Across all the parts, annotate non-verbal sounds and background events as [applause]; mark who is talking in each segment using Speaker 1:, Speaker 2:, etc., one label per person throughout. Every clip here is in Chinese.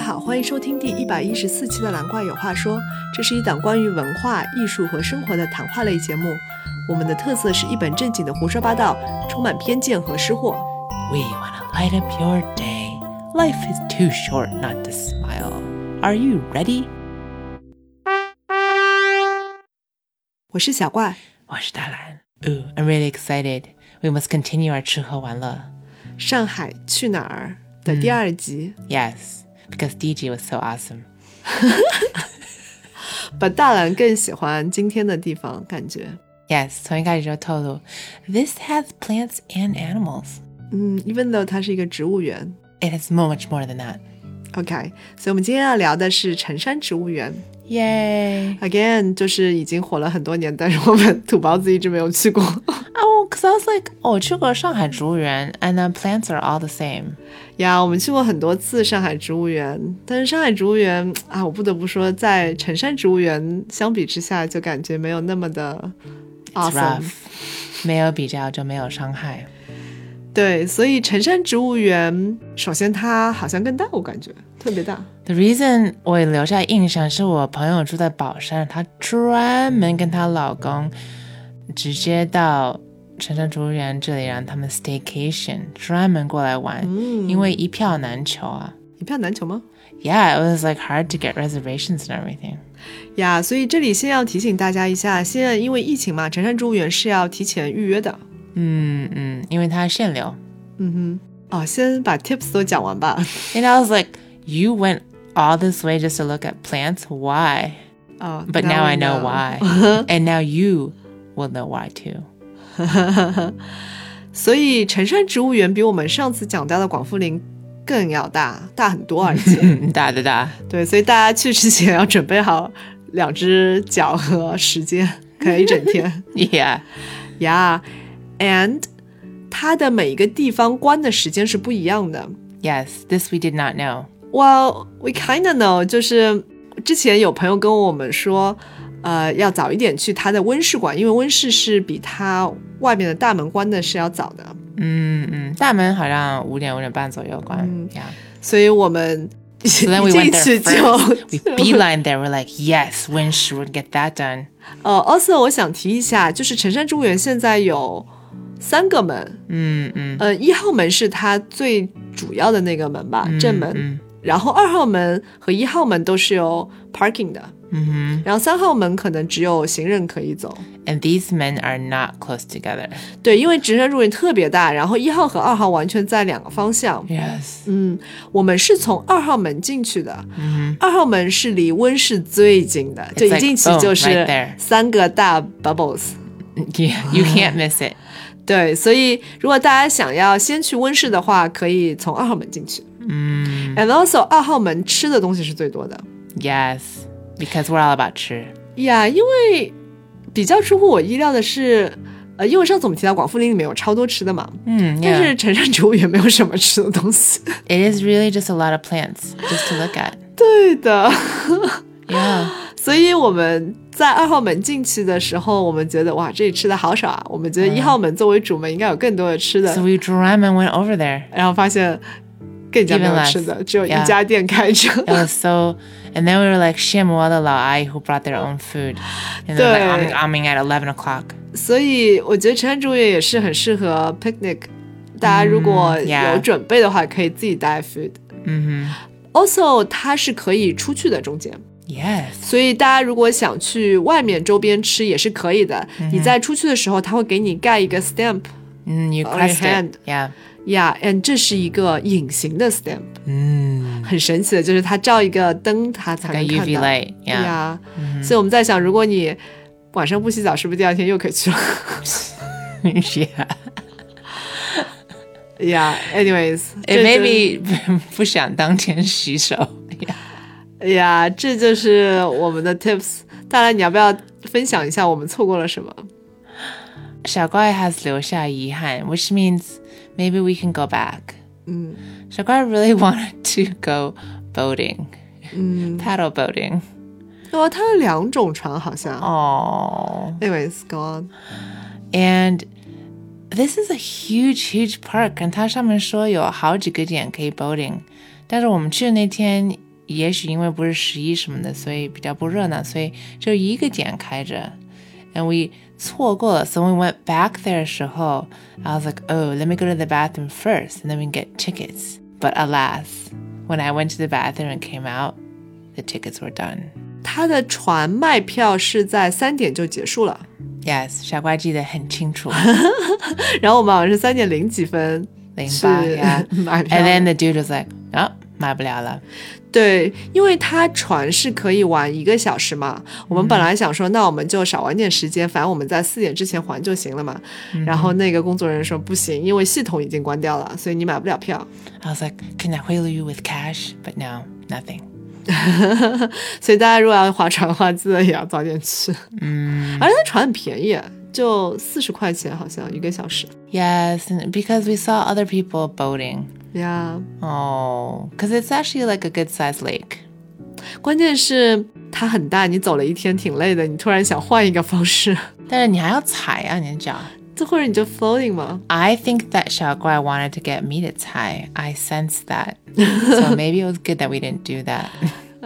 Speaker 1: 好，欢迎收听第一百一十四期的《蓝怪有话说》，这是一档关于文化艺术和生活的谈话类节目。我们的特色是一本正经的胡说八道，充满偏见和失货。
Speaker 2: We want to light up your day. Life is too short not to smile. Are you ready?
Speaker 1: 我是小怪，
Speaker 2: 我是大蓝. Ooh, I'm really excited. We must continue our 吃喝玩乐.
Speaker 1: 上海去哪儿的第二集，
Speaker 2: Yes, because DG was so awesome.
Speaker 1: 把大蓝更喜欢今天的地方，感觉，
Speaker 2: Yes, 从一开始就透露, this has plants and animals.
Speaker 1: 嗯，even though 它是一个植物园
Speaker 2: It has so much more than that.
Speaker 1: ，OK，所以我们今天要聊的是辰山植物园
Speaker 2: Yay.
Speaker 1: ，again 就是已经火了很多年，但是我们土包子一直没有去过。
Speaker 2: Oh, because I was like, oh, 去过上海植物园, and the plants are all the same.
Speaker 1: 呀，我们去过很多次上海植物园，但是上海植物园啊，我不得不说，在辰山植物园相比之下，就感觉没有那么的
Speaker 2: It's
Speaker 1: awesome。
Speaker 2: rough. 没有比较就没有伤害.
Speaker 1: 对，所以辰山植物园，首先它好像更大，我感觉特别大。
Speaker 2: The reason 我留下印象是我朋友住在宝山，她专门跟她老公直接到陈山植物园这里让他们 staycation，专门过来玩，
Speaker 1: 嗯，
Speaker 2: 因为一票难求啊。
Speaker 1: 一票难求吗？
Speaker 2: Yeah, it was like hard to get reservations and everything.
Speaker 1: 呀，所以这里先要提醒大家一下，现在因为疫情嘛，辰山植物园是要提前预约的。
Speaker 2: 嗯嗯，因为它限流。
Speaker 1: 嗯哼，哦，先把 tips 都讲完吧。
Speaker 2: And I was like, you went all this way just to look at plants? Why?
Speaker 1: 哦
Speaker 2: But now I
Speaker 1: we
Speaker 2: know why. and now you will know why too. [laughs]
Speaker 1: [laughs] 所以辰山植物园比我们上次讲到的广富林更要大，大很多，而
Speaker 2: [laughs]
Speaker 1: 且
Speaker 2: 哒哒哒。
Speaker 1: 对，所以大家去之前要准备好两只脚和时间，可能一整天
Speaker 2: Yeah.
Speaker 1: 呀。And 它的每一个地方关的时间是不一样的。
Speaker 2: Yes, this we did not know.
Speaker 1: Well, we kind of know，就是之前有朋友跟我们说，呃，要早一点去它的温室馆，因为温室是比它外面的大门关的是要早的。
Speaker 2: 嗯嗯，大门好像五点五点半左右关。
Speaker 1: 嗯
Speaker 2: Yeah.
Speaker 1: 所以我们一
Speaker 2: So then we
Speaker 1: 进 [laughs]
Speaker 2: went there
Speaker 1: 去
Speaker 2: first.
Speaker 1: [laughs]
Speaker 2: We
Speaker 1: 就
Speaker 2: beeline there. We're like, yes, when she would get that done.
Speaker 1: 呃，also 我想提一下，就是辰山植物园现在有三个门，
Speaker 2: 嗯嗯，
Speaker 1: 呃，一号门是它最主要的那个门吧，正门，
Speaker 2: 嗯
Speaker 1: 然后二号门和一号门都是有 parking 的，
Speaker 2: 嗯
Speaker 1: 然后三号门可能只有行人可以走。
Speaker 2: 哼。And these men are not close together.
Speaker 1: 对，因为辰山植物园特别大，然后一号和二号完全在两个方向。
Speaker 2: Yes.
Speaker 1: 嗯，我们是从二号门进去的，
Speaker 2: 嗯
Speaker 1: 二号门是离温室最近的，就
Speaker 2: It's
Speaker 1: 一
Speaker 2: like
Speaker 1: 进去
Speaker 2: boom,
Speaker 1: 就
Speaker 2: right
Speaker 1: 是
Speaker 2: there.
Speaker 1: 三个大 bubbles。
Speaker 2: 哼。Yeah,
Speaker 1: [gasps]
Speaker 2: you can't miss it.
Speaker 1: 对，所以如果大家想要先去温室的话，可以从二号门进去。
Speaker 2: 嗯
Speaker 1: And also，二号门吃的东西是最多的
Speaker 2: ，Yes. Because we're all about 吃。
Speaker 1: 呀因为比较出乎我意料的是，呃，因为上次我们提到广富林里面有超多吃的嘛，
Speaker 2: 嗯
Speaker 1: 但
Speaker 2: Mm, ，Yeah.
Speaker 1: 是城山植物园没有什么吃的东西。 [laughs]
Speaker 2: It is really just a lot of plants just to look at.
Speaker 1: 对的，
Speaker 2: Yeah.
Speaker 1: [gasps] 所以我们在二号门进去的时候，我们觉得哇，这里吃的好少啊。我们觉得
Speaker 2: 嗯
Speaker 1: 一号门作为主门应该有更多的吃的
Speaker 2: So，we drum and went over there.
Speaker 1: 然后发现更加没
Speaker 2: Even
Speaker 1: 有
Speaker 2: less
Speaker 1: 吃的，只有一
Speaker 2: Yeah
Speaker 1: 家店开着
Speaker 2: It。was so, and then we were like, shame all the lao ai who brought their own food. And they were like,
Speaker 1: 对。
Speaker 2: I'm oming at 11 o'clock.
Speaker 1: 所以我觉得城山植物园也是很适合 picnic，大家如果
Speaker 2: 嗯，yeah
Speaker 1: 有准备的话，可以自己带 food。
Speaker 2: Mm-hmm.
Speaker 1: Also，它是可以出去的中间，
Speaker 2: Yes.
Speaker 1: 所以大家如果想去外面周边吃也是可以的。
Speaker 2: 嗯
Speaker 1: 你在出去的时候，它会给你盖一个 stamp，
Speaker 2: Mm, you
Speaker 1: On your
Speaker 2: crushed
Speaker 1: hand.
Speaker 2: it. Yeah.
Speaker 1: 呀、yeah,，and 这是一个隐形的 stamp，
Speaker 2: Mm.
Speaker 1: 很神奇的，就是它照一个灯，它才能
Speaker 2: Like a
Speaker 1: 看
Speaker 2: UV
Speaker 1: 到。
Speaker 2: light.
Speaker 1: 对
Speaker 2: Yeah.
Speaker 1: 呀，所以我们在想，如果你晚上不洗澡，是不是第二天又可以去了
Speaker 2: [laughs] yeah.
Speaker 1: ？Yeah，anyways，
Speaker 2: It
Speaker 1: 这
Speaker 2: made
Speaker 1: 就
Speaker 2: me [laughs] 不想当天洗手. Yeah.
Speaker 1: 哎呀，这就是我们的 tips。当然，你要不要分享一下我们错过了什么？
Speaker 2: 小怪 has 留下遗憾, which means maybe we can go back.
Speaker 1: 嗯
Speaker 2: 小怪 really [laughs] wanted to go boating,
Speaker 1: 嗯，
Speaker 2: paddle boating.
Speaker 1: 哦，它有两种船好像。
Speaker 2: Oh.
Speaker 1: Anyways，go on。
Speaker 2: And this is a huge, huge park. And 它上面说有好几个点可以 boating，但是我们去的那天也许因为不是十一什么的，所以比较不热闹，所以只有一个点开着。And we 错过了，so when we went back there 的时候，I was like, oh, let me go to the bathroom first, and then we can get tickets. But alas, when I went to the bathroom and came out, the tickets were done.
Speaker 1: 他的船卖票是在三点就结束了，
Speaker 2: Yes，傻瓜记得很清楚，
Speaker 1: 然后我们好像是三点零几分
Speaker 2: 零
Speaker 1: 是
Speaker 2: 八呀。
Speaker 1: 买
Speaker 2: And
Speaker 1: 票
Speaker 2: then the dude was like, "Oh, 啊、买不了了。
Speaker 1: 对，因为它船是可以玩一个小时嘛。我们本来想说，那我们就少玩点时间，反正我们在四点之前还就行了嘛。然后那个工作人员说不行，因为系统已经关掉了，所以你买不了票。 [laughs]
Speaker 2: I was like, can I wheel you with cash? But no, nothing.
Speaker 1: 所以大家如果要划船的话，记得也要早点去。嗯，而且它船很便宜，就四十块钱好像一个小时
Speaker 2: Yes, and because we saw other people boating.
Speaker 1: 呀。
Speaker 2: Oh, because it's actually like a good sized lake.
Speaker 1: 关键是它很大，你走了一天挺累的，你突然想换一个方式， [laughs]
Speaker 2: 但是你还要踩啊，你的脚。I
Speaker 1: 这或者你就 floating 嘛。
Speaker 2: think that Xiaoguai wanted to get me to tie. I sensed that. so maybe it was good that we didn't do that.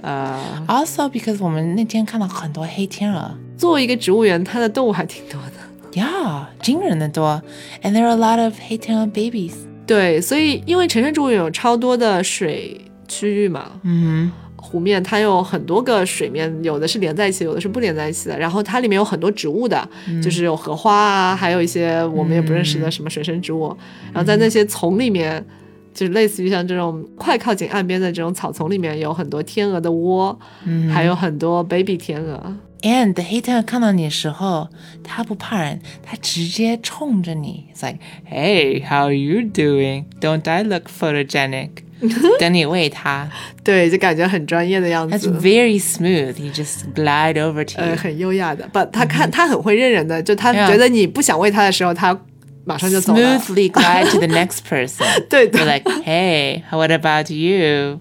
Speaker 1: 呃，
Speaker 2: Also because 我们那天看到很多黑天鹅。
Speaker 1: 作为一个植物园，它的动物还挺多的。
Speaker 2: Yeah, 惊人的多. And there are a lot of 黑天鹅 babies.
Speaker 1: 对，所以因为陈山植物园有超多的水区域嘛，
Speaker 2: Mm-hmm.
Speaker 1: 湖面它有很多个水面，有的是连在一起，有的是不连在一起的。然后它里面有很多植物的，就是有荷花啊，还有一些我们也不认识的什么水生植物。然后在那些丛里面，就是类似于像这种快靠近岸边的这种草丛里面，有很多天鹅的窝，还有很多 baby 天鹅。
Speaker 2: And the hater 看到你的时候，他不怕人，他直接冲着你，It's like, hey, how you doing? Don't I look
Speaker 1: [laughs]
Speaker 2: photogenic? 等你喂他
Speaker 1: 对，就感觉很专业的样
Speaker 2: ，That's
Speaker 1: 子。
Speaker 2: very smooth. You just glide over to
Speaker 1: 呃，
Speaker 2: you.
Speaker 1: 很优雅的，不，他看他很会认人的，就他
Speaker 2: Yeah
Speaker 1: 觉得你不想喂他的时候，他马上就走了。
Speaker 2: Smoothly glide to the next person.
Speaker 1: [laughs] 对
Speaker 2: You're
Speaker 1: 的，
Speaker 2: like, hey, what about you?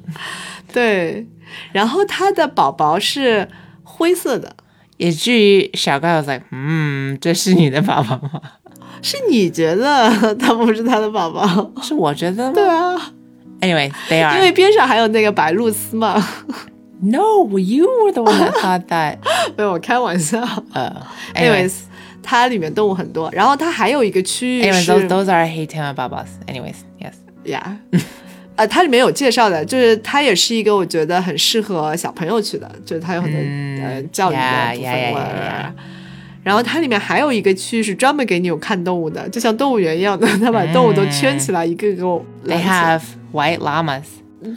Speaker 1: 对。然后它的宝宝是灰色的，
Speaker 2: 以至于小怪 was like，嗯，这是你的宝宝吗？
Speaker 1: [laughs] 是你觉得 [laughs] 它不是它的宝宝？
Speaker 2: 是我觉得
Speaker 1: 对
Speaker 2: [laughs] 吗
Speaker 1: 啊，
Speaker 2: ？Anyway, they
Speaker 1: [laughs] 因为
Speaker 2: are.
Speaker 1: 边上还有那个白露丝嘛。 [laughs]
Speaker 2: No, you were the one that thought that. uh,
Speaker 1: 没有，我开玩笑。
Speaker 2: 呃
Speaker 1: [laughs] anyways，它里面动物很多，然后它还有一个区域
Speaker 2: Anyways, those
Speaker 1: 是
Speaker 2: those are hate him about us. Anyways, yes.
Speaker 1: 呀。 [laughs] 呃，它里面有介绍的，就是它也是一个我觉得很适合小朋友去的，就是它有很多、
Speaker 2: 嗯
Speaker 1: 呃教育的
Speaker 2: yeah，
Speaker 1: 部
Speaker 2: yeah，yeah，
Speaker 1: 分。哇
Speaker 2: yeah，yeah
Speaker 1: 然后它里面还有一个区域是专门给你有看动物的，就像动物园一样的，它把动物都圈起来，一个一个拦
Speaker 2: They
Speaker 1: 起来。
Speaker 2: have white llamas.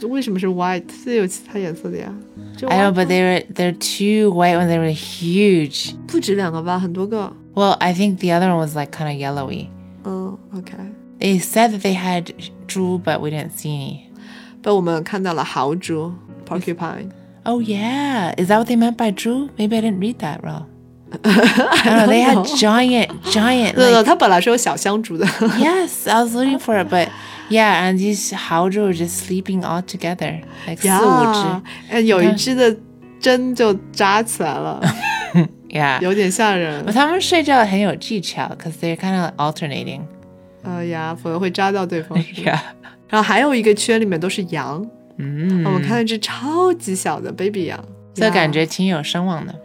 Speaker 1: 为什么是 white？是有其他颜色的呀？就
Speaker 2: I know,
Speaker 1: white
Speaker 2: but they were they're too white when they were huge.
Speaker 1: 不止两个吧，很多个。
Speaker 2: Well, I think the other one was like kind of yellowy.
Speaker 1: 嗯，OK。
Speaker 2: They said that they had zhu, but we didn't see any.
Speaker 1: 被我们看到了豪猪 porcupine。
Speaker 2: Oh yeah, is that what they meant by zhu? Maybe I didn't read that [laughs] well. I don't know. They had giant, [laughs] giant.
Speaker 1: 对
Speaker 2: Like,
Speaker 1: 对，它本来是有小香猪的。
Speaker 2: yes, I was looking for it, but yeah, and these haozhu were just sleeping all together, like
Speaker 1: 呀
Speaker 2: 四五只.，
Speaker 1: 哎，有一只的针就扎起来
Speaker 2: [laughs]
Speaker 1: 了，
Speaker 2: Yeah.
Speaker 1: 有点吓人。
Speaker 2: [laughs] 他们睡觉很有技巧，cause they're kind of alternating.
Speaker 1: 呃呀，否则会扎到对
Speaker 2: 哎
Speaker 1: 方。
Speaker 2: Yeah.
Speaker 1: 然后还有一个圈里面都是羊，
Speaker 2: 嗯，
Speaker 1: 我们看到一只超级小的 baby 羊，呀
Speaker 2: 这感觉挺有声望的。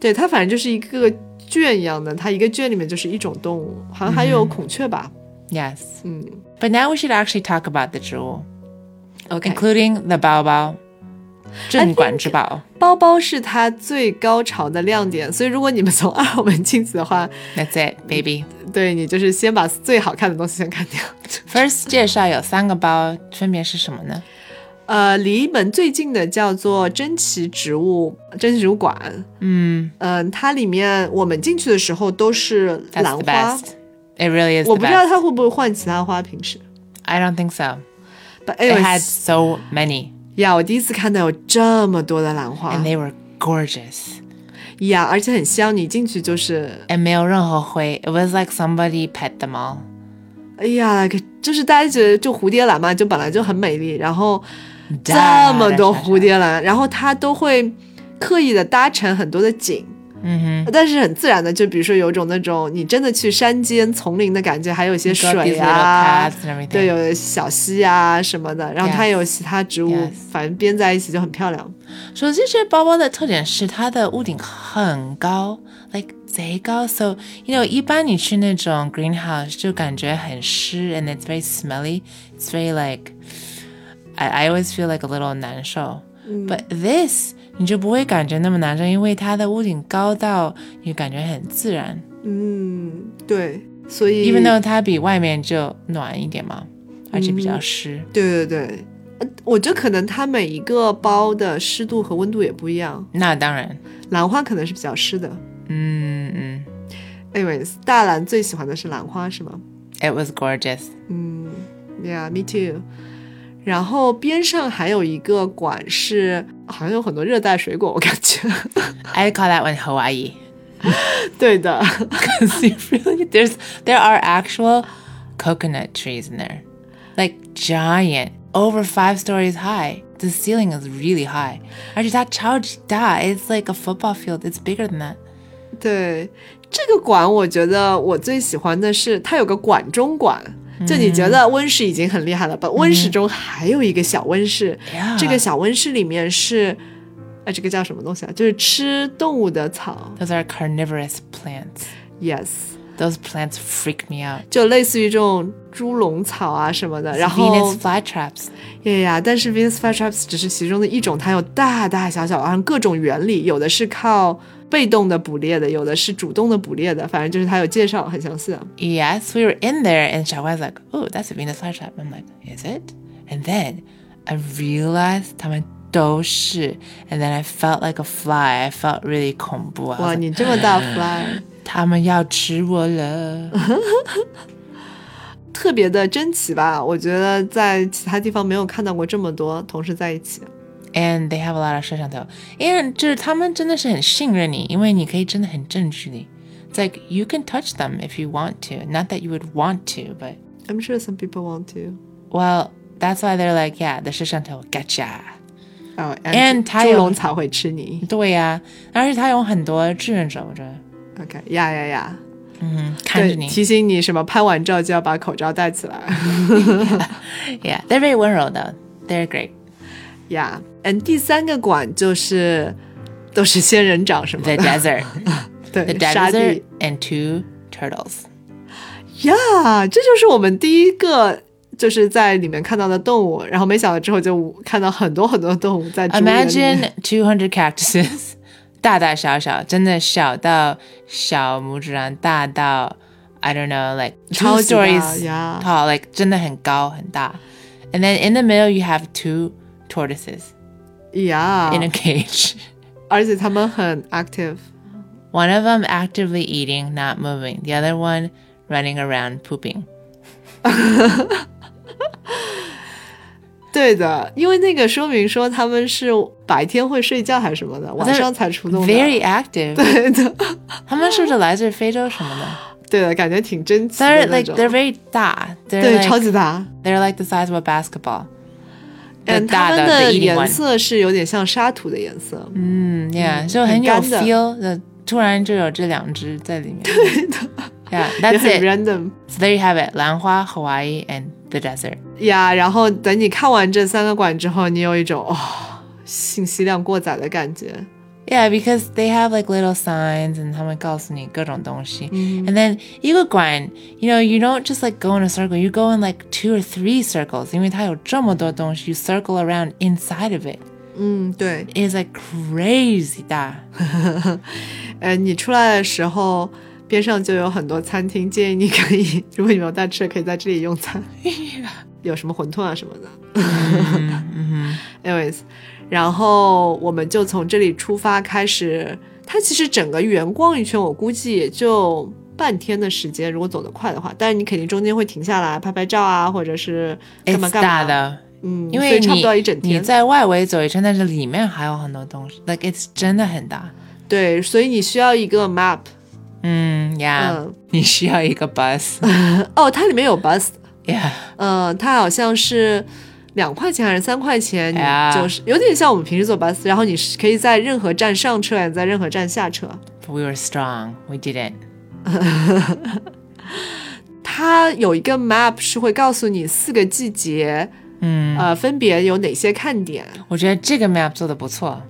Speaker 1: 对它反正就是一个圈一样的，它一个圈里面就是一种动物，好像还有孔雀吧。
Speaker 2: Yes.
Speaker 1: 嗯
Speaker 2: But now we should actually talk about the jewel,
Speaker 1: ，OK，
Speaker 2: including the baobao.
Speaker 1: think-
Speaker 2: 镇馆之宝。
Speaker 1: 包包是它最高潮的亮点，所以如果你们从二号门进去的话，
Speaker 2: That's it, baby.
Speaker 1: 对你就是先把最好看的东西先看掉。
Speaker 2: First 介绍有三个包，分别是什么呢？
Speaker 1: 呃，离门最近的叫做珍奇植物珍奇植物馆，
Speaker 2: 嗯
Speaker 1: 嗯、它里面我们进去的时候都是
Speaker 2: ，That's
Speaker 1: 兰
Speaker 2: the
Speaker 1: 花，
Speaker 2: best. It really is
Speaker 1: 我
Speaker 2: the
Speaker 1: 不知道
Speaker 2: best.
Speaker 1: 它会不会换其他花，平时。
Speaker 2: I don't think so.
Speaker 1: But
Speaker 2: They
Speaker 1: anyways，
Speaker 2: had so many,
Speaker 1: 呀我第一次看到有这么多的兰花
Speaker 2: and they were gorgeous.
Speaker 1: 呀而且很香，你进去就是，
Speaker 2: And 没有任何灰。It was like somebody pet them all.
Speaker 1: 哎呀，可就是大家觉得就蝴蝶兰嘛，就本来就很美丽，然后这么多蝴蝶兰，然后它都会刻意的搭成很多的景，
Speaker 2: 嗯哼，
Speaker 1: 但是很自然的，就比如说有种那种你真的去山间丛林的感觉，还有一些
Speaker 2: Got these
Speaker 1: 水
Speaker 2: little
Speaker 1: 啊
Speaker 2: paths，and everything.
Speaker 1: 对，有小溪啊什么的，然后它
Speaker 2: 嗯 Yes.
Speaker 1: 也有其他植物
Speaker 2: Yes.
Speaker 1: 反正编在一起就很漂亮。
Speaker 2: 说这些包包的特点是它的屋顶很高，like 贼高。So you know，一般你去那种 greenhouse 就感觉很湿，and it's very smelly. It's very like I I always feel like a little 难受。But this 你就不会感觉那么难受，因为它的屋顶高到你感觉很自然。
Speaker 1: 嗯，对，所以
Speaker 2: Even though 它比外面就暖一点嘛，而且比较湿。
Speaker 1: 对对对，呃我觉得可能它每一个包的湿度和温度也不一样，
Speaker 2: 那当然，
Speaker 1: 兰花可能是比较湿的。
Speaker 2: 嗯嗯
Speaker 1: Anyways，大兰最喜欢的是兰花是吗？
Speaker 2: ，It was gorgeous。
Speaker 1: 嗯，Yeah，me too。然后边上还有一个馆是，好像有很多热带水果，我感觉。
Speaker 2: I call that one Hawaii。 [laughs]
Speaker 1: 对的，
Speaker 2: because you really there's there are actual coconut trees in there, like giant, over five stories high. The ceiling is really high. Actually, that chao it's like a football field. It's bigger than that.
Speaker 1: [laughs] 对这个馆，我觉得我最喜欢的是它有个馆中馆。就你觉得温室已经很厉害了吧？温室中还有一个小温室，
Speaker 2: Yeah.
Speaker 1: 这个小温室里面是，哎，这个叫什么东西啊？就是吃动物的草。
Speaker 2: Those are carnivorous plants.
Speaker 1: Yes，
Speaker 2: Those plants freak me out.
Speaker 1: 就类似于这种猪笼草啊什么的。然后
Speaker 2: Venus flytraps.
Speaker 1: 呀呀，但是 Venus flytraps 只是其中的一种，它有大大小小，好像各种原理，有的是靠被动的捕猎的，有的是主动的捕猎的，反正就是它有介绍，很详细啊。
Speaker 2: Yes, we were in there, and Shawa's like, "Oh, that's a Venus flytrap." I'm like, "Is it?" And then I realized 他们都是, and then I felt like a fly. I felt really 恐怖. I
Speaker 1: 哇，
Speaker 2: was like,
Speaker 1: 你这么大 fly，
Speaker 2: 他们要吃我了。
Speaker 1: 特别的珍奇吧？我觉得在其他地方没有看到过这么多同时在一起。
Speaker 2: [laughs] And they have a lot of 摄像头. And 就是他们真的是很信任你，因为你可以真的很近距离. It's like you can touch them if you want to. Not that you would want to, but
Speaker 1: I'm sure some people want to.
Speaker 2: well, that's why they're like, yeah, the 摄像头 gotcha.
Speaker 1: 哦、
Speaker 2: And 它
Speaker 1: 猪
Speaker 2: 有
Speaker 1: 笼草会吃你。
Speaker 2: 对呀、啊，而且他有很多志愿者，我觉得。
Speaker 1: OK，呀呀呀，
Speaker 2: Mm-hmm.
Speaker 1: 对，
Speaker 2: 嗯，看着你。
Speaker 1: 提醒你什么？拍完照就要把口罩戴起来。 [laughs]
Speaker 2: Yeah, they're very 温柔 though. They're great.
Speaker 1: Yeah，嗯，第三个馆就是都是仙人掌什么 [laughs]
Speaker 2: The
Speaker 1: 的，
Speaker 2: desert, the
Speaker 1: 对，沙
Speaker 2: desert
Speaker 1: 地。
Speaker 2: and two turtles.
Speaker 1: Yeah，这就是我们第一个就是在里面看到的动物，然后没想到之后就看到很多很多动物在植物园里面
Speaker 2: Imagine two hundred cactuses. [laughs] 大大小小，真的小到小拇指上，大到 I don't know like
Speaker 1: 超
Speaker 2: two
Speaker 1: 级大
Speaker 2: stories
Speaker 1: yeah.
Speaker 2: tall, like 真的很高很大. And then in the middle you have two tortoises in a
Speaker 1: Yeah，
Speaker 2: cage. [laughs]
Speaker 1: 而且它们很 active。
Speaker 2: One of them actively eating, not moving. The other one running around pooping.
Speaker 1: 对的，因为那个说明说它们是白天会睡觉还是什么的，晚上才出动的。
Speaker 2: 哦 Very active.
Speaker 1: 对的，
Speaker 2: 他们是不是来自非洲什么的
Speaker 1: [laughs]
Speaker 2: ？They're
Speaker 1: 对的，感觉挺珍奇的那
Speaker 2: like
Speaker 1: 种。
Speaker 2: they're very 大，
Speaker 1: 对，
Speaker 2: they're
Speaker 1: 超
Speaker 2: like
Speaker 1: 级大。
Speaker 2: they're like the size of a basketball. 呃
Speaker 1: 嗯，它们
Speaker 2: the
Speaker 1: 的
Speaker 2: eating
Speaker 1: 颜
Speaker 2: one.
Speaker 1: 色是有点像沙土的颜色。 [laughs]
Speaker 2: 嗯，yeah，就很
Speaker 1: 很
Speaker 2: 有
Speaker 1: 干的
Speaker 2: feel 的，突然就有这两只在里面。
Speaker 1: [laughs]
Speaker 2: 对的
Speaker 1: 也 [laughs]
Speaker 2: ，yeah，that's
Speaker 1: 很
Speaker 2: it.
Speaker 1: random
Speaker 2: So there you have it. 兰花，Hawaii and the desert.
Speaker 1: 呀。然后等你看完这三个馆之后，你有一种哦，信息量过载的感觉。
Speaker 2: Yeah, because they have like little signs and 他们告诉你各种东西。And then 一个馆，you know, you don't just like go in a circle. You go in like two or three circles，因为它有这么多东西，you circle around inside of it.
Speaker 1: 嗯，对。
Speaker 2: It is like crazy 大。
Speaker 1: [laughs] 呃，你出来的时候，边上就有很多餐厅，建议你可以， [laughs] 如果你没有带吃的，可以在这里用
Speaker 2: [laughs]
Speaker 1: 餐。有什么馄饨啊什么的。Anyways，然后我们就从这里出发开始。它其实整个园逛一圈，我估计也就半天的时间，如果走得快的话。但是你肯定中间会停下来拍拍照啊，或者是干嘛
Speaker 2: It's
Speaker 1: 干
Speaker 2: 哎大
Speaker 1: 嘛。
Speaker 2: 的。
Speaker 1: 嗯，
Speaker 2: 因
Speaker 1: 所
Speaker 2: 为
Speaker 1: 以
Speaker 2: 你
Speaker 1: 差不多要一整
Speaker 2: 你
Speaker 1: 天。嗯
Speaker 2: 在外围走一圈，但是里面还有很多东西，like it's 真的很大。
Speaker 1: 对，所以你需要一个 map。
Speaker 2: 嗯呀，
Speaker 1: 嗯，
Speaker 2: 你需要一个 bus。 [laughs]
Speaker 1: 哦，它里面有 bus
Speaker 2: 呀，
Speaker 1: 嗯，它好像是两块钱还是三块钱，你
Speaker 2: 哎呀
Speaker 1: 就是有点像我们平时坐巴士，然后你是可以在任何站上车，也在任何站下车。
Speaker 2: But we were strong. We did it.
Speaker 1: 它有一个 map 是会告诉你四个季节，
Speaker 2: 嗯，
Speaker 1: 呃，分别有哪些看点。
Speaker 2: 我觉得这个 map 做的不错。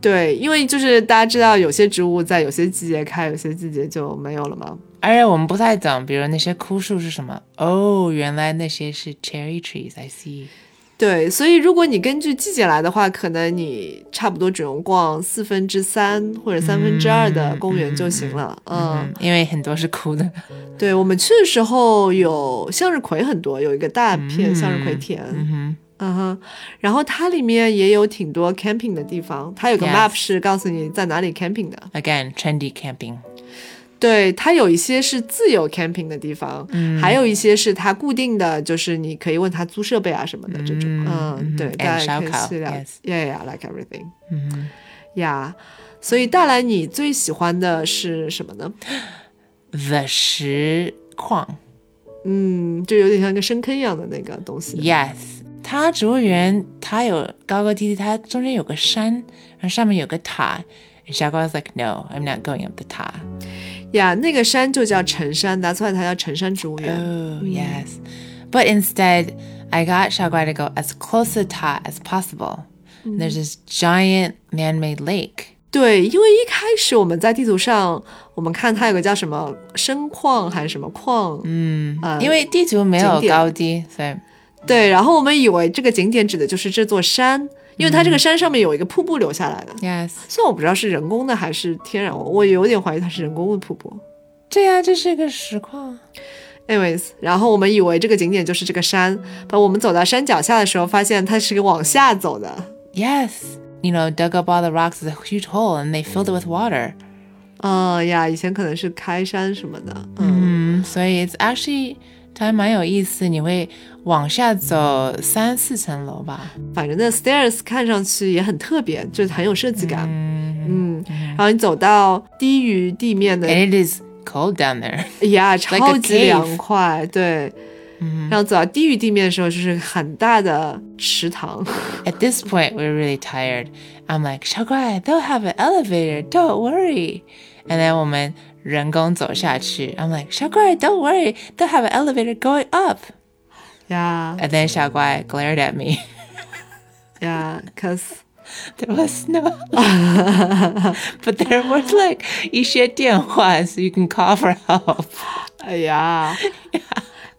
Speaker 1: 对，因为就是大家知道，有些植物在有些季节开，有些季节就没有了嘛。
Speaker 2: 而且我们不太懂，比如那些枯树是什么？哦，原来那些是 cherry trees。I see。
Speaker 1: 对，所以如果你根据季节来的话，可能你差不多只用逛四分之三或者三分之二
Speaker 2: 嗯
Speaker 1: 的公园就行了。嗯，
Speaker 2: 嗯，因为很多是枯的。
Speaker 1: 对，我们去的时候有向日葵很多，有一个大片向日葵田。
Speaker 2: 嗯哼，
Speaker 1: 嗯哼，然后它里面也有挺多 camping 的地方，它有个
Speaker 2: Yes
Speaker 1: map 是告诉你在哪里 camping 的。
Speaker 2: Again, trendy camping.
Speaker 1: 对，它有一些是自由 camping 的地方，
Speaker 2: 嗯
Speaker 1: 还有一些是它固定的，就是你可以问他租设备啊什么的这种。
Speaker 2: 嗯嗯
Speaker 1: 嗯，对，
Speaker 2: and
Speaker 1: 大家可以
Speaker 2: 烧烤
Speaker 1: 细聊
Speaker 2: yes。
Speaker 1: Yeah, yeah, like everything.
Speaker 2: 嗯哼
Speaker 1: Yeah，所以大兰，你最喜欢的是什么呢？
Speaker 2: ，the 实况。
Speaker 1: 嗯，就有点像一个深坑一样的那个东西。
Speaker 2: Yes，它植物园它有高高低低，它中间有个山，然后上面有个塔。And Shaka was like, "No, I'm not going up the 塔。
Speaker 1: 呀那个山就叫陈山，拿出来它叫陈山植物园。
Speaker 2: Oh yes, but instead, I got Shagwai to go as close to Ta as possible. And there's this giant man-made lake.
Speaker 1: 对，因为一开始我们在地图上，我们看它有个叫什么生矿还是什么矿，
Speaker 2: 嗯，
Speaker 1: 呃，景点。
Speaker 2: 因为地图没有高低，所以
Speaker 1: 对，然后我们以为这个景点指的就是这座山，因为它这个山上面有一个瀑布流下来的，
Speaker 2: yes，
Speaker 1: 虽然我不知道是人工的还是天然，我我有点怀疑它是人工的瀑布。
Speaker 2: 对呀、啊，这是个实况。
Speaker 1: anyways，然后我们以为这个景点就是这个山，把我们走到山脚下的时候，发现它是个往下走的。
Speaker 2: Yes, you know, dug up all the rocks is a huge hole, and they filled it with water.
Speaker 1: 嗯呀，以前可能是开山什么的，嗯，
Speaker 2: 嗯，所以 it's actually 它还蛮有意思，你会往下走三四层楼吧。嗯，
Speaker 1: 反正那 stairs 看上去也很特别，就是很有设计感。嗯，哎然后你走到低于地面的
Speaker 2: And it is cold down there. [laughs]
Speaker 1: 呀，
Speaker 2: a
Speaker 1: 超级
Speaker 2: cave
Speaker 1: 凉快，对。
Speaker 2: 嗯
Speaker 1: 然后走到低于地面的时候，就是很大的池塘。 [laughs]
Speaker 2: At this point, we were really tired. I'm like, Shagwai, they'll have an elevator. Don't worry. And then 我们人工走下去. I'm like, Shagwai, don't worry. They'll have an elevator going up.
Speaker 1: 呀
Speaker 2: And then Shagwai glared at me. [laughs]
Speaker 1: 呀，cause
Speaker 2: There was no. [laughs] but there was like 一些电话, so you can call for help.
Speaker 1: 哎 [laughs] 呀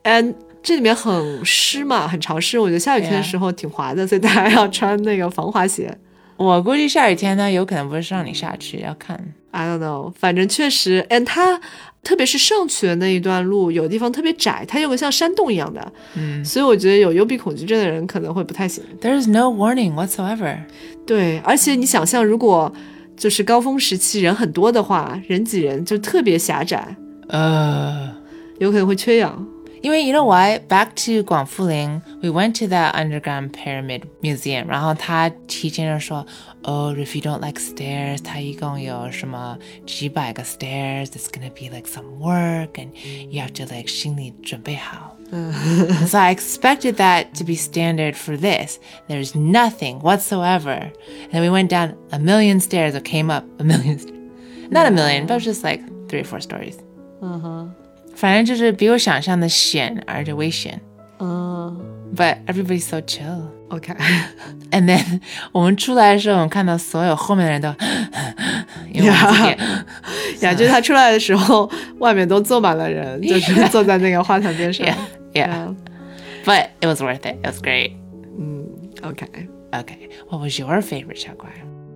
Speaker 1: ，and 这里面很湿嘛，很潮湿。我觉得下雨天的
Speaker 2: Yeah
Speaker 1: 时候挺滑的，所以大家要穿那个防滑鞋。
Speaker 2: 我估计下雨天呢，有可能不是让你下去，要看。
Speaker 1: I don't know，反正确实，and 它特别是上去的那一段路，有地方特别窄，它有个像山洞一样的，
Speaker 2: 嗯，
Speaker 1: 所以我觉得有幽闭恐惧症的人可能会不太行。
Speaker 2: There's no warning whatsoever.
Speaker 1: 对，而且你想象，如果就是高峰时期人很多的话，人挤人就特别狭窄，
Speaker 2: Uh.
Speaker 1: 有可能会缺氧。
Speaker 2: 因为 you know why? Back to Guangfuling, we went to that underground pyramid museum. 然后他提前就说，Oh, if you don't like stairs, 它一共有什么几百个 stairs. It's gonna be like some work, and you have to like 心里准备好。And so I expected that to be standard for this. There's nothing whatsoever. And then we went down a million stairs or came up a million stairs. Not a million, but it was just like three or four stories.
Speaker 1: 嗯哼，
Speaker 2: 反正就是比我想象的险而且危险。But
Speaker 1: 嗯
Speaker 2: everybody's so chill.
Speaker 1: ，OK， [laughs]
Speaker 2: And then [laughs] 我们出来的时候，我们看到所有后面的人都 [gasps] 因为我们自己-
Speaker 1: 呀，就是他出来的时候，外面都坐满了人，就是坐在那个花坛边上。嗯
Speaker 2: Yeah, [laughs] yeah.
Speaker 1: Yeah.
Speaker 2: But it was worth it. It was great.
Speaker 1: OK，I
Speaker 2: Okay. What was your favorite 小乖？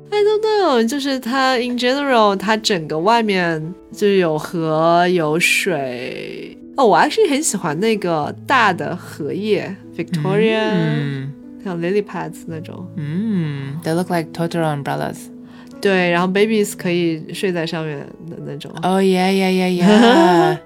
Speaker 1: don't know，就是它 in general，它整个外面就有河有水。哦，我还是很喜欢那个大的荷叶，Victoria，、像
Speaker 2: 嗯
Speaker 1: lily pads 那种。
Speaker 2: Hmm. They look like Totoro umbrellas.
Speaker 1: 对，然后 babies 可以睡在上面的那种，
Speaker 2: Oh yeah, yeah, yeah, yeah.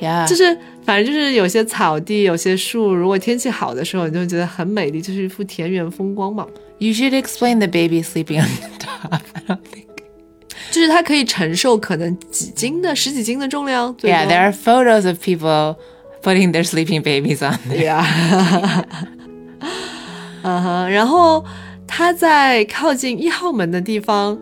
Speaker 2: Yeah.
Speaker 1: 就是反正就是有些草地，有些树，如果天气好的时候，你就会觉得很美丽，就是一幅田园风光嘛。
Speaker 2: You should explain the baby sleeping on the top. I don't think.
Speaker 1: 就是它可以承受可能几斤的、十几斤的重量，对
Speaker 2: Yeah, there are photos of people putting their sleeping babies on. [laughs]
Speaker 1: 对呀， [laughs] 嗯哼，然后它在靠近一号门的地方，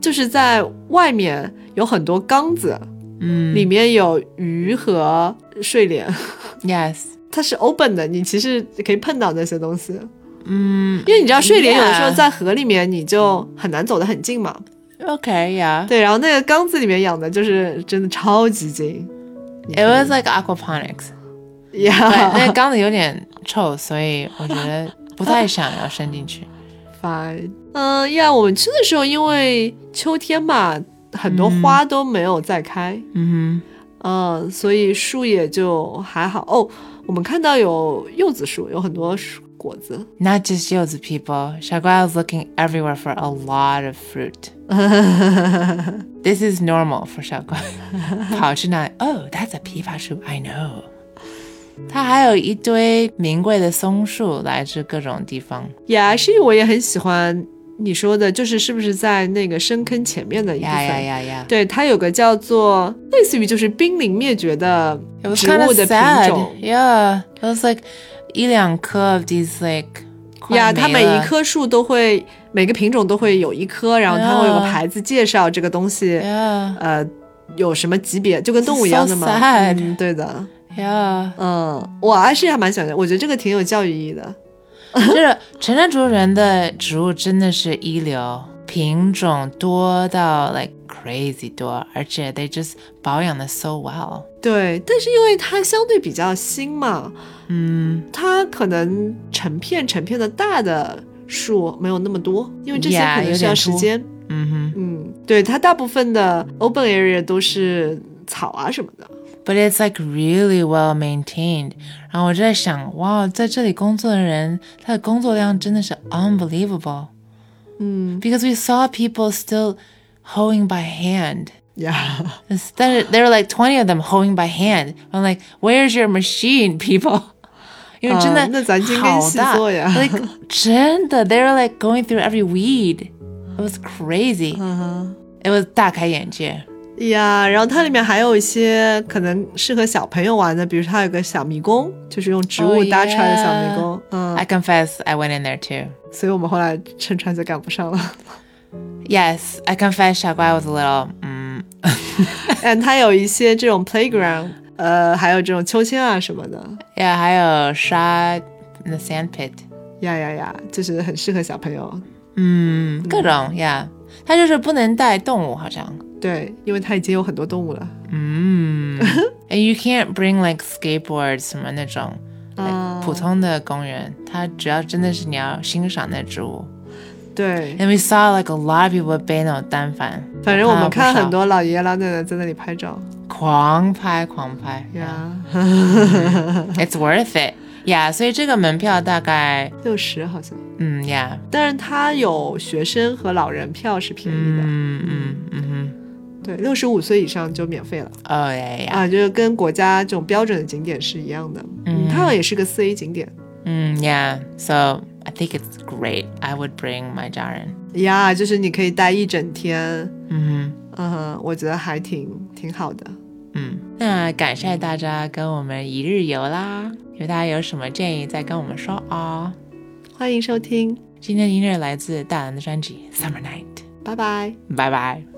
Speaker 1: 就是在外面有很多缸子，
Speaker 2: 嗯
Speaker 1: 里面有鱼和睡莲， [laughs]
Speaker 2: ，yes，
Speaker 1: 它是 open 的，你其实可以碰到那些东西。
Speaker 2: 嗯
Speaker 1: 因为你知道睡莲有的时候
Speaker 2: Yeah
Speaker 1: 在河里面，你就很难走得很近嘛。
Speaker 2: ，OK，yeah，、
Speaker 1: 对，然后那个缸子里面养的就是真的超级精 [laughs]
Speaker 2: it was like aquaponics，对，
Speaker 1: Oh.
Speaker 2: 那个
Speaker 1: ，Yeah，fine。
Speaker 2: 缸子有点臭，所以我觉得不太想要伸进去。
Speaker 1: 嗯呀，我们去的时候因为秋天嘛，很多花都没有再开，
Speaker 2: 嗯
Speaker 1: 嗯，所以树也就还好。哦，我们看到有柚子树，有很多树果子。
Speaker 2: 哼，Not just yields people. Shagua is looking everywhere for a lot of fruit. This is normal for Shagua. [laughs] 跑去那里，Oh, that's a 枇杷树. I know. 它还有一堆名贵的松树来自各种地方。
Speaker 1: 呀，是我也很喜欢你说的，就是是不是在那个深坑前面的一部
Speaker 2: 呀
Speaker 1: 分
Speaker 2: 呀呀呀！
Speaker 1: 对，它有个叫做类似于就是濒临灭绝的
Speaker 2: It was
Speaker 1: 植
Speaker 2: kind
Speaker 1: 物
Speaker 2: of
Speaker 1: 的品
Speaker 2: sad.
Speaker 1: 种。
Speaker 2: Yeah, it was like 一两棵 of these like 快
Speaker 1: 呀，它
Speaker 2: 没
Speaker 1: 每一
Speaker 2: 了
Speaker 1: 棵树都会，每个品种都会有一棵，然后它会有个
Speaker 2: 啊
Speaker 1: 牌子介绍这个东西
Speaker 2: Yeah,
Speaker 1: 呃，有什么级别，就跟动物一
Speaker 2: So
Speaker 1: 样的嘛。
Speaker 2: sad
Speaker 1: 嗯，对的，
Speaker 2: yeah.
Speaker 1: 嗯，我还是还蛮喜欢的，我觉得这个挺有教育意义的。
Speaker 2: 就是陈山竹园的植物真的是一流，品种多到 like crazy 多，而且 they just 保养的 so well。
Speaker 1: 对，但是因为它相对比较新嘛，
Speaker 2: 嗯，
Speaker 1: 它可能成片成片的大的树没有那么多，因为这些
Speaker 2: Yeah，
Speaker 1: 可能
Speaker 2: 有
Speaker 1: 需要
Speaker 2: 点
Speaker 1: 时
Speaker 2: 多
Speaker 1: 间。
Speaker 2: 嗯
Speaker 1: 嗯，对，它大部分的 open area 都是草啊什么的。
Speaker 2: 哼，but it's like really well maintained。然后我就在想，哇，在这里工作的人，他的工作量真的是 unbelievable。
Speaker 1: 嗯
Speaker 2: Because we saw people still hoeing by hand. [laughs]
Speaker 1: 呀，
Speaker 2: Instead, of- there were like 20 of them hoeing by hand. I'm like, where's your machine, people? [laughs] 因为真的、
Speaker 1: 啊 Uh, [laughs] 那咱今天细作呀
Speaker 2: like 真的，they were like going through every weed. It was crazy.
Speaker 1: 嗯哼
Speaker 2: It was 大开眼界。
Speaker 1: 呀，然后它里
Speaker 2: 嗯
Speaker 1: 面还有一些可能适合小朋友玩的，比如它有个小迷宫，就是用植物
Speaker 2: Oh,
Speaker 1: 搭出来的小迷
Speaker 2: yeah
Speaker 1: 宫。
Speaker 2: I confess, I went in there too.
Speaker 1: 嗯，所以我们后来乘船就赶不上了。 [laughs]
Speaker 2: Yes, I confess, 傻瓜 was a little mm, 嗯。
Speaker 1: 但它有一些这种 playground，呃，还有这种秋千啊什么的。
Speaker 2: Yeah，还有沙那 sand pit，
Speaker 1: 呀呀呀，就是很适合小朋友。
Speaker 2: 嗯，各种 Yeah，它就是不能带动物，好像。
Speaker 1: 对，因为它已经有很多动物了。
Speaker 2: 嗯 Mm. [laughs] ，And you can't bring like skateboards 什么那种。
Speaker 1: 啊
Speaker 2: like 普通的公园，它只要真的是你要欣赏那植物。
Speaker 1: 对，
Speaker 2: And we saw like a lot of people 背那种单反，
Speaker 1: 反正我们看很
Speaker 2: 啊
Speaker 1: 多老爷爷老奶奶在那里拍照。
Speaker 2: 不少狂拍狂拍。
Speaker 1: 呀，
Speaker 2: It's worth it. Yeah，所以这个门票大概，
Speaker 1: 六十好像，
Speaker 2: 嗯，Yeah，
Speaker 1: 但是它有学生和老人票是便宜的，
Speaker 2: 嗯嗯嗯
Speaker 1: 对，六十五岁以上就免费了
Speaker 2: 哼，哦耶呀，
Speaker 1: 啊，就是跟国家这种标准的景点是一样的。嗯，它好像也是个四 A 景点
Speaker 2: 嗯，Yeah，so I think it's great. I would bring my 家人。
Speaker 1: 呀，就是你可以待一整天，
Speaker 2: 嗯
Speaker 1: 嗯哼，我觉得还挺挺好的。
Speaker 2: 哼，嗯，那感谢大家跟我们一日游啦。有大家有什么建议再跟我们说哦。
Speaker 1: 欢迎收听，
Speaker 2: 今天的音乐来自大蓝的专辑《Summer Night》。
Speaker 1: 拜拜。
Speaker 2: 拜拜。